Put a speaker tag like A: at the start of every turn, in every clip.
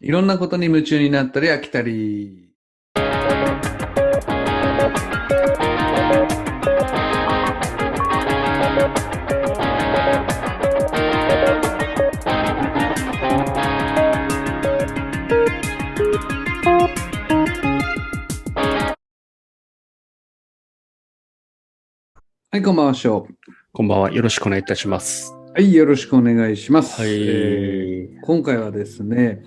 A: いろんなことに夢中になったり飽きたり。はい、こんばんは、しょう。
B: こんばんは。よろしくお願いいたします。
A: はい、よろしくお願いします。
B: はい
A: えー今回はですね、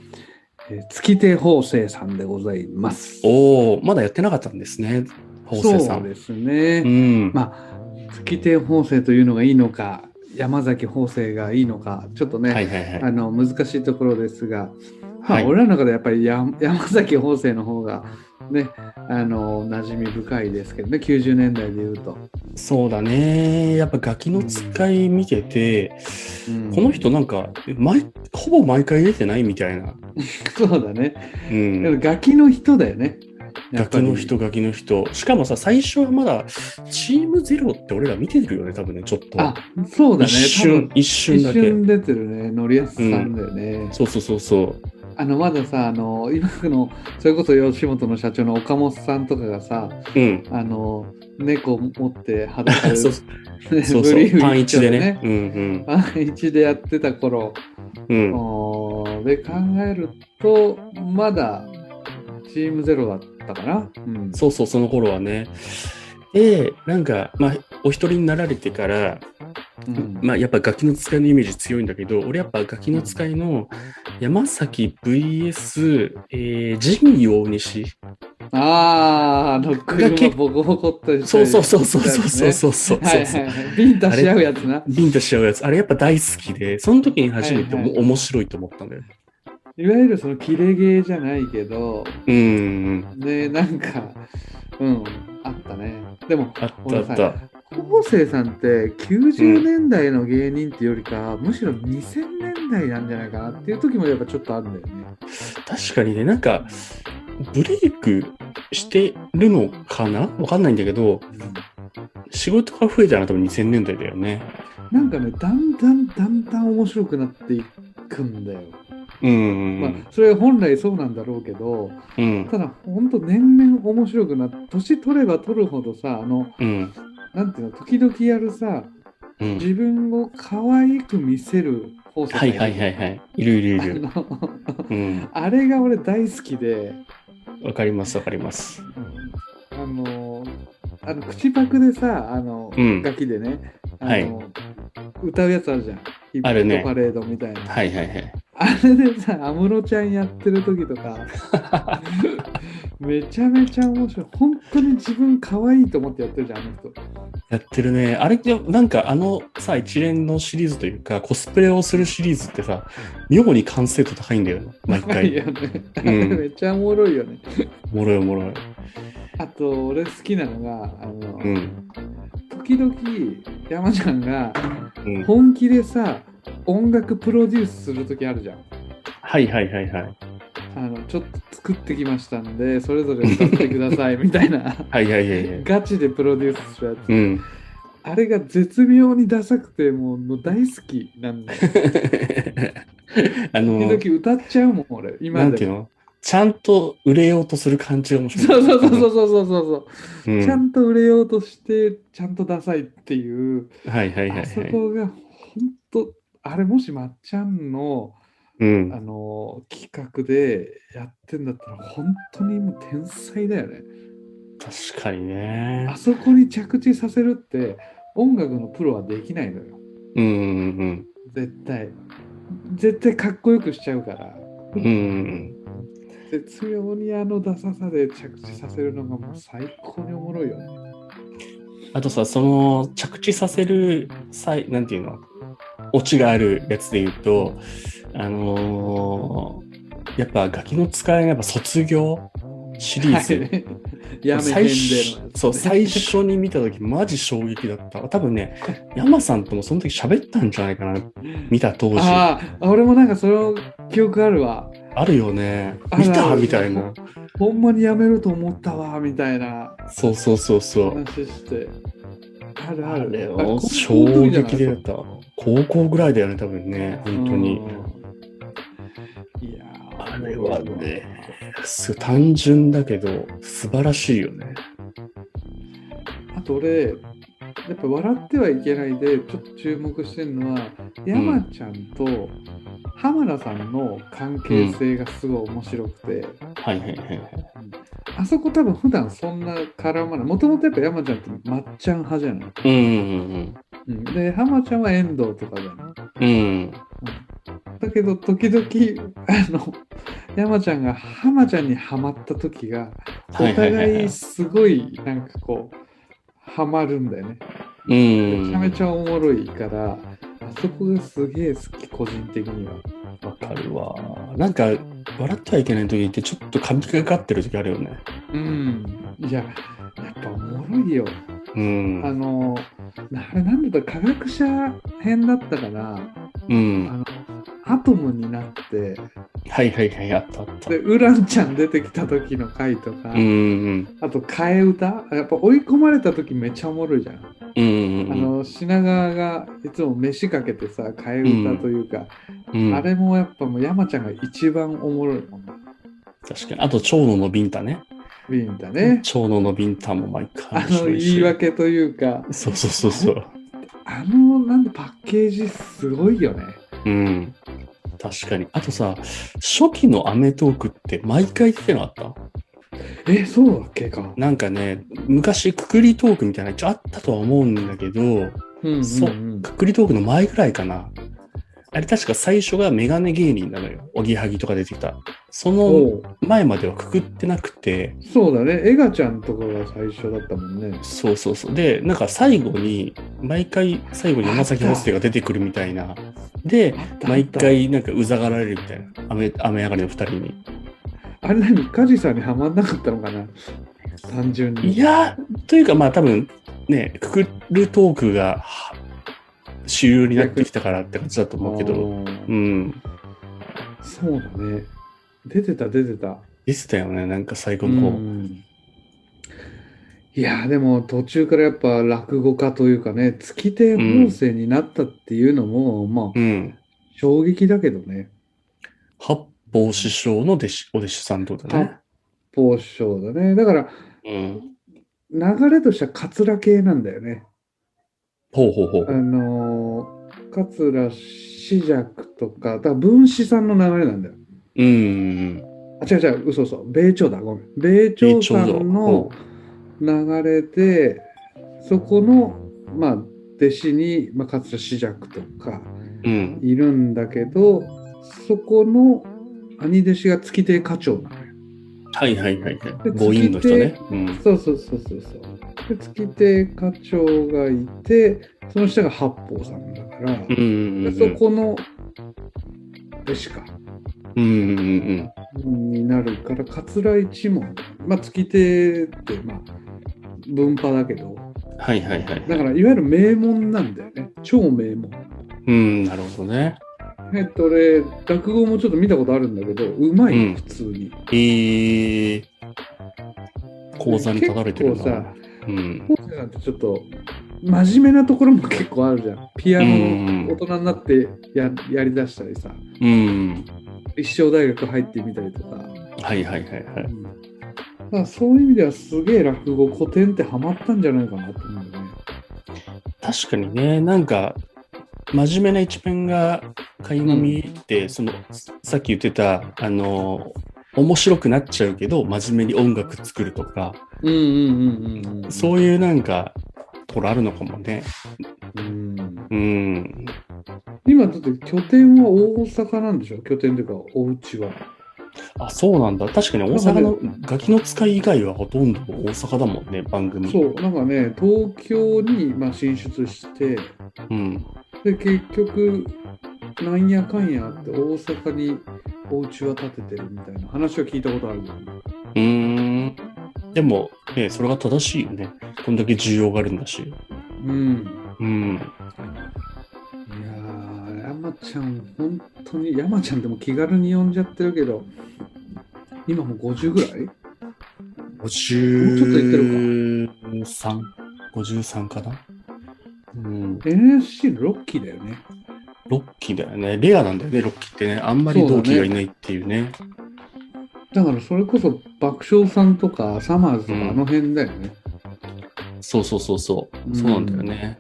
A: えー月亭法生さんでございます。
B: おお、まだやってなかったんですね。法政さ。
A: そうんですね。
B: うん。
A: まあ、月亭法政というのがいいのか、山崎法政がいいのか、ちょっとね、
B: はいはいは
A: あ
B: い。
A: の難しいところですが、まあ
B: はい
A: 俺らの中でやっぱりや山崎法政の方がね、あの馴染み深いですけどね、90年代で言うと。
B: そうだね。やっぱガキの使い見てて、
A: うん
B: この人なんか、毎ほぼ毎回出てないみたいな。
A: そうだね。
B: う
A: だから
B: ん。
A: ガキの人だよね。や
B: ガ
A: っぱ
B: キ
A: り
B: の人、ガキの人。しかもさ、最初はまだ、チームゼロって俺ら見てるよね、多分ね、ちょっと。
A: あ、そうだね。
B: 一瞬、一瞬
A: 一
B: だけ。
A: 瞬出てるね、乗りやすさんだよね。
B: そうそうそうそう。
A: あのまださ、あの今のそれこそ吉本の社長の岡本さんとかがさ、
B: うん。
A: あの猫持って裸で
B: そう
A: ね
B: そ う
A: ブ
B: そ
A: リーフ
B: う。パン一でね。
A: 着
B: うんうん
A: てね。パン一でやってた頃、
B: うん。
A: おーで考えるとまだチームゼロだったかな。うん、
B: そうそう、その頃はね。で、なんか、まあ、お一人になられてから、
A: うん
B: まあ、やっぱガキの使いのイメージ強いんだけど、俺やっぱガキの使いの山崎 VS、えー、ジミー大西。
A: あーあの
B: が
A: 車
B: 結
A: ボコボコっとして
B: そうそうそうそうそうそうそうそう。
A: はいはいはい。ビンタし合うやつな。
B: ビンタしちゃうやつ。あれやっぱ大好きで、その時に初めて
A: はいはい
B: も面白いと思ったんだよね。
A: いわゆるそのキレゲーじゃないけど、
B: うんうん。
A: ねなんか、うん、あったね。でも、
B: あったあ
A: 俺
B: っ
A: さ
B: た。
A: 昴生さんって90年代の芸人っていうよりか、むしろ2000年代なんじゃないかなっていう時もやっぱちょっとあるんだよね。
B: 確かにね、なんか、ブレイクしてるのかなわかんないんだけど、仕事が増えたのは多分2000年代だよね。
A: なんかね、だんだんだんだん面白くなっていくんだよ。
B: うんう
A: ま
B: ん
A: あ、それは本来そうなんだろうけど、
B: うん
A: ただほんと年々面白くなって、年取れば取るほどさ、あの、
B: うん
A: なんていうの、時々やるさ、
B: うん
A: 自分を可愛く見せる放送
B: はいはいはいはい。いるいるい
A: あ
B: る。
A: の
B: うん。
A: あれが俺大好きで、
B: わかりますわかります。
A: あのあの口パクでさあの、
B: うん
A: ガキでねあの、
B: はい
A: 歌うやつあるじゃんヒッ
B: あるね
A: プパレードみたいなあ,、
B: はいはいはい。
A: れでさ安室ちゃんやってる時とか めちゃめちゃ面白い本当に自分可愛いと思ってやってるじゃんあの人
B: やってるね。あれってなんかあのさ、一連のシリーズというか、コスプレをするシリーズってさ、妙に完成度高いんだよ。毎
A: 可愛い
B: 回。
A: よね、
B: うん
A: あれ めっちゃおもろいよね
B: おもろいおもろい。
A: あと俺好きなのがあの、
B: うん。
A: 時々山ちゃんが
B: うん、
A: 本気でさ音楽プロデュースする時あるじゃん
B: はいはいはいはい。
A: あのちょっと作ってきましたんでそれぞれ歌ってくださいみたいな
B: はいはいはいはい。
A: ガチでプロデュースしたやつ、
B: うん。
A: あれが絶妙にダサくてもうもう大好きなんだよ
B: あの、
A: 時々歌っちゃうもん俺
B: な
A: 今
B: んてい
A: で
B: う
A: も
B: のちゃんと売れようとする感じが面
A: そ
B: 白
A: う
B: い。
A: そうそうそう
B: う
A: そうそうそう、
B: そう。ん、
A: ちゃんと売れようとしてちゃんとダサいっていう、
B: はいはいはいは
A: あそ
B: い。
A: こが本当あれもしまっちゃんの
B: うん
A: あ。の企画でやってんだったら本当にもう天才だよね
B: 確かにね。
A: あそこに着地させるって音楽のプロはできないのよ
B: うんうん
A: 絶対絶対かっこよくしちゃうから
B: うんうんうん
A: 絶妙にあのダサさで着地させるのがもう最高におもろいよね
B: うん。あとさ、その着地させる際、なんていうの、オチがあるやつで言うと、あのーやっぱガキの使いがやっぱ卒業 シリーズ。
A: はいやめへん
B: 最
A: で
B: 初
A: のやつ
B: そう最初に見た時マジ衝撃だった多分ね山さんともその時喋ったんじゃないかな見た当時あ
A: ああ俺もなんかその記憶あるわ
B: るよね
A: ある
B: 見
A: あ
B: た
A: る
B: みたいな
A: ほんまにやめると思ったわみたいな
B: そうそうそうそう
A: 話してあるあ
B: あ
A: る
B: れ
A: あ
B: を
A: こ
B: 衝
A: こういう時じゃない
B: 撃だった。高校ぐらいだよね、多分ね、本当に。
A: うん。いやー
B: ああれはね、す単純だけど、素晴らしいよね。
A: あと俺やっぱ笑ってはいけないでちょっと注目してるのは山ちゃんと浜田さんの関係性がすごい面白くて、
B: はいはいはいはい。
A: あそこ多分普段そんな絡まないもともとやっぱ山ちゃんってまっちゃん派じゃない、
B: うんうん
A: うん、で浜ちゃんは遠藤とかじゃない
B: うんうん。
A: だけど時々あの山ちゃんが浜ちゃんにはまった時がお
B: はいはいはいは
A: 互
B: い
A: いすごいなんかこうはまるんだよね、
B: う
A: め
B: ん。
A: ちゃめちゃおもろいから、あそこがすげえ好き、個人的には。
B: わかるわ。なんか、笑ってはいけない時って、ちょっと神がかってる時あるよね。
A: うん。いや、やっぱおもろいよ。
B: う
A: あ
B: ん。
A: の、あれなんだった科学者編だったから、
B: うん。
A: アトムになって、
B: はいはいはい、あったあった。
A: で、ウランちゃん出てきた時の回とか、
B: うんうん
A: あと、替え歌やっぱ追い込まれた時めっちゃおもろいじゃん。
B: うん。うん
A: あ
B: うん
A: の、品川がいつも飯かけてさ、替え歌というか、
B: うん。
A: あれもやっぱもう山ちゃんが一番おもろいもんね。
B: 確かに。あと、蝶野のビンタね。
A: ビンタね。
B: 蝶野のビンタも毎回
A: あ
B: 面
A: の
B: 白いし。
A: 言い訳というか、
B: そうそうそうそう。
A: あのなんでパッケージすごいよね。
B: うん。確かに。あとさ、初期のアメトークって毎回来てなかった
A: え、そうだっけか。
B: なんかね、昔、くくりトークみたいな一応あったとは思うんだけど、
A: うんうんうん
B: そうくくりトークの前ぐらいかな。あれ確か最初がメガネ芸人なのよ。おぎやはぎとか出てきた。その
A: おう
B: 前まではくくってなくて、
A: そうだね。エガちゃんとかが最初だったもんね。
B: そうそうそう。で、なんか最後に、毎回最後に山崎ホステが出てくるみたいな。で、
A: あった
B: 毎。回なんかうざがられるみたいな。雨、雨上がりの二人に。
A: あれ何カジさんにはまんなかったのかな単純に。
B: いやというかまあ多分ねくくるトークがは主流になってきたからって感じだと思うけど
A: あー
B: うん
A: そうだね。出てた出てた。
B: でしたよねなんか最後
A: う
B: の方、
A: んいやでも途中からやっぱ落語家というかね月亭方正になったっていうのも、ま
B: う
A: あ
B: ん、
A: 衝撃だけどね。
B: 八方師匠の弟子お弟子さんってことだね、
A: ポーショーだね。だから、
B: うん、
A: 流れとしてはカツラ系なんだよね。
B: ほうほうほ
A: あ
B: う
A: のー、カツラ、シジャクとか、だから分子さんの流れなんだよ。
B: うん
A: あ、違う違う、嘘嘘。米朝だ、ごめん。米朝さんの流れで、そこの、まあ、弟子に、まあ、カツラ、シジャクとか
B: うん
A: いるんだけど、そこの兄弟子が月亭課長なのよ。
B: はいはいはいはい
A: で
B: 母音の人ねうん
A: そうそうそうそうそう。で月亭課長がいて、その下が八方さんだから、
B: うんうんう
A: で
B: ん
A: そこの弟子か、
B: うんうんうん
A: になるから、桂一門、まあ、月亭って、まあ、文派だけど、
B: はいはいはい
A: だからいわゆる名門なんだよね、超名門。
B: うんなるほどね
A: えっと、俺、落語もちょっと見たことあるんだけど、うまいよ
B: うん
A: 普通に。
B: えー、講座に立たれてる
A: 結構さ
B: な、うん
A: 昴生さんってちょっと真面目なところも結構あるじゃん。ピアノ
B: うん
A: 大人になってややりだしたりさ、
B: うん。
A: 立正大学入ってみたりとか。
B: はいはいはいは
A: う
B: い。
A: んだからそういう意味ではすげえ落語古典ってハマったんじゃないかなと思うよね。
B: 確かにね、なんか、真面目な一面が垣間見えて、その、さっき言ってた、あの、面白くなっちゃうけど、真面目に音楽作るとか、
A: うんうんうんうん、うん、
B: そういうなんか、ところあるのかもね。
A: うん
B: うん。
A: 今だって拠点は大阪なんでしょ拠点というかお家は。
B: あ、そうなんだ。確かに大阪のガキの使い以外はほとんど大阪だもんね、番組。
A: そう、なんかね、東京にまあ進出して、
B: うん。
A: で、結局、なんやかんやあって大阪にお家は建ててるみたいな話を聞いたことあるけど、ね、
B: うーん。でも、ね、それが正しいよね。こんだけ需要があるんだし。
A: うん。
B: うん。
A: いやー、山ちゃん、本当に、山ちゃんでも気軽に呼んじゃってるけど、今もう50ぐらい
B: 50
A: もうちょっといって
B: るか。53かな。うん、
A: ?NSC のロッキーだよね。
B: ロッキーだよね。レアなんだよね、ロッキーってね。あんまり同期がいないっていうね。
A: だからそれこそ爆笑さんとかサマーズと
B: うん
A: かあの辺だよね。
B: そうそうそうそう、
A: うん
B: そうなんだよね。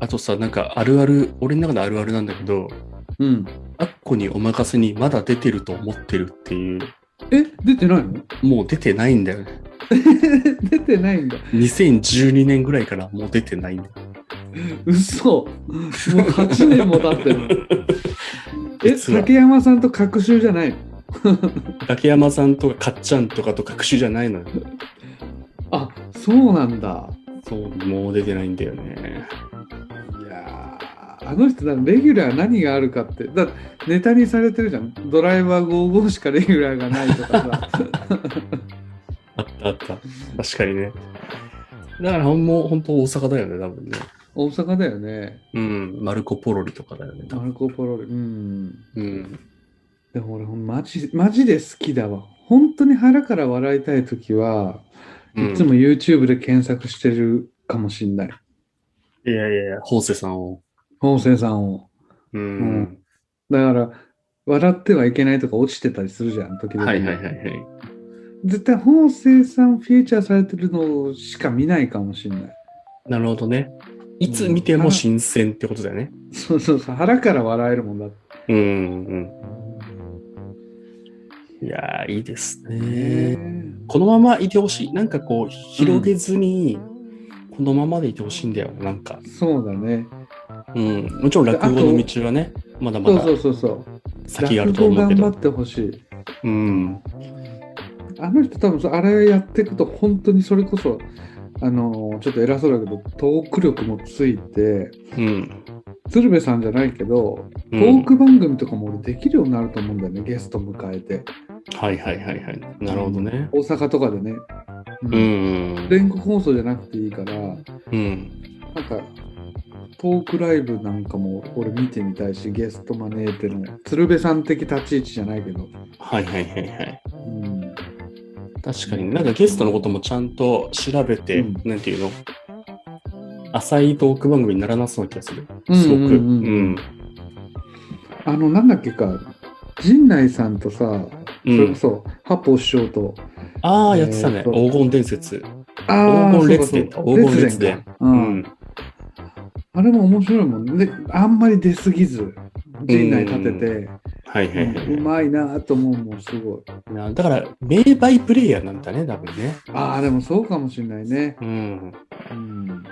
B: あとさ、なんかあるある、俺の中のあるあるなんだけど、
A: うん。
B: アッコにお任せにまだ出てると思ってるっていう、
A: え、出てないの
B: もう出てないんだよね。
A: 出てないんだ。
B: 2012年ぐらいからもう出てないんだ
A: 嘘もう8年も経って る。え、
B: 実は
A: 竹山さんと隔週じゃないの
B: 竹山さんとかかっちゃんとかと隔週じゃないのよ。
A: あ、そうなんだ。
B: そう、もう出てないんだよね。
A: いやーあの人だレギュラー何があるかってだネタにされてるじゃんドライバー55しかレギュラーがないとかさ
B: あったあった。確かにね。だからほんもう本当大阪だよね、多分ね。
A: 大阪だよね
B: うん、マルコ・ポロリとかだよね。多
A: マ
B: 分
A: ルコ・ポロリうん
B: うん。
A: でも俺ほんマジマジで好きだわ本当に腹から笑いたい時は
B: うん
A: いつも YouTube で検索してるかもしんない
B: いやいやいや、ホーセさんを。
A: 本生さんを
B: うん。
A: だから笑ってはいけないとか落ちてたりするじゃん時々、
B: はいはいはいはい。
A: 絶対本生さんフィーチャーされてるのしか見ないかもしんない
B: なるほどね。いつ見ても新鮮ってことだよね。
A: そうそうそう、腹から笑えるもんだって。
B: うんうん。いやー、いいですね。このままいてほしい。なんかこう、広げずに、このままでいてほしいんだよ。なんか。
A: そうだね。
B: うん。もちろん落語の道はね、まだま
A: そう
B: だ
A: そうそうそう。
B: 先があると
A: 落語
B: 思うけ
A: 頑張
B: ど
A: っ。てほしい。
B: うん。
A: あの人多分そうあれやっていくと本当にそれこそあのーちょっと偉そうだけどトーク力もついて
B: うん。
A: 鶴瓶さんじゃないけど
B: う
A: ト
B: ん
A: ーク番組とかも俺できるようになると思うんだよね、ゲスト迎えて
B: はいはいはいはい。なるほどね。
A: 大阪とかでね、
B: う
A: うん
B: ん。
A: 全国放送じゃなくていいからなんか
B: うん。
A: トークライブなんかも俺見てみたいしゲスト招いての鶴瓶さん的立ち位置じゃないけど
B: はいはいはいはい。
A: うん
B: 確かに、なんかゲストのこともちゃんと調べて、
A: うん
B: なんていうの浅いトーク番組にならなそうな気がする。
A: うん
B: すごく。うん
A: うんうんあのなんだっけか陣内さんとさ、
B: うん
A: それこそ八方師匠と
B: ああ、やってたね。
A: えーと
B: 黄金伝説。
A: あー
B: 黄金列伝
A: そうかそう
B: 黄金列伝
A: かう
B: うんん。
A: あれも面白いもんねあんまり出すぎず陣内立てて、
B: はいは
A: うん
B: いは
A: う
B: い
A: まいなと思うもんすごい
B: な。だから、名バイプレイヤーなんだね、多分ね。
A: ああでもそうかもしれないね、
B: うん。
A: うん、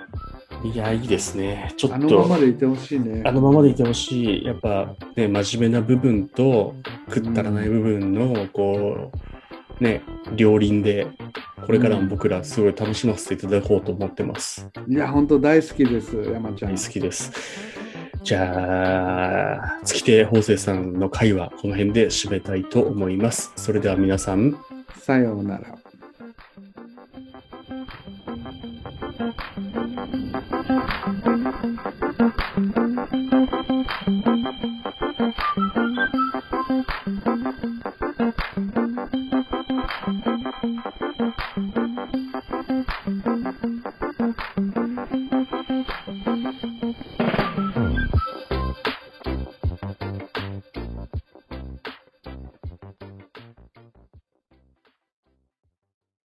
B: いや、いいですね。ちょ
A: あ
B: っ
A: のまま
B: と、
A: でいてほしいね
B: あのままでいてほしい。やっぱ、ね、真面目な部分と、くったらない部分の、こう、ね、両輪で、これからも僕らすごい楽しませていただこうと思ってます。
A: いや本当大好きです山ちゃん
B: 大好きです。じゃあ、月亭法政さんの会はこの辺で締めたいと思います。それでは皆さん、
A: さようなら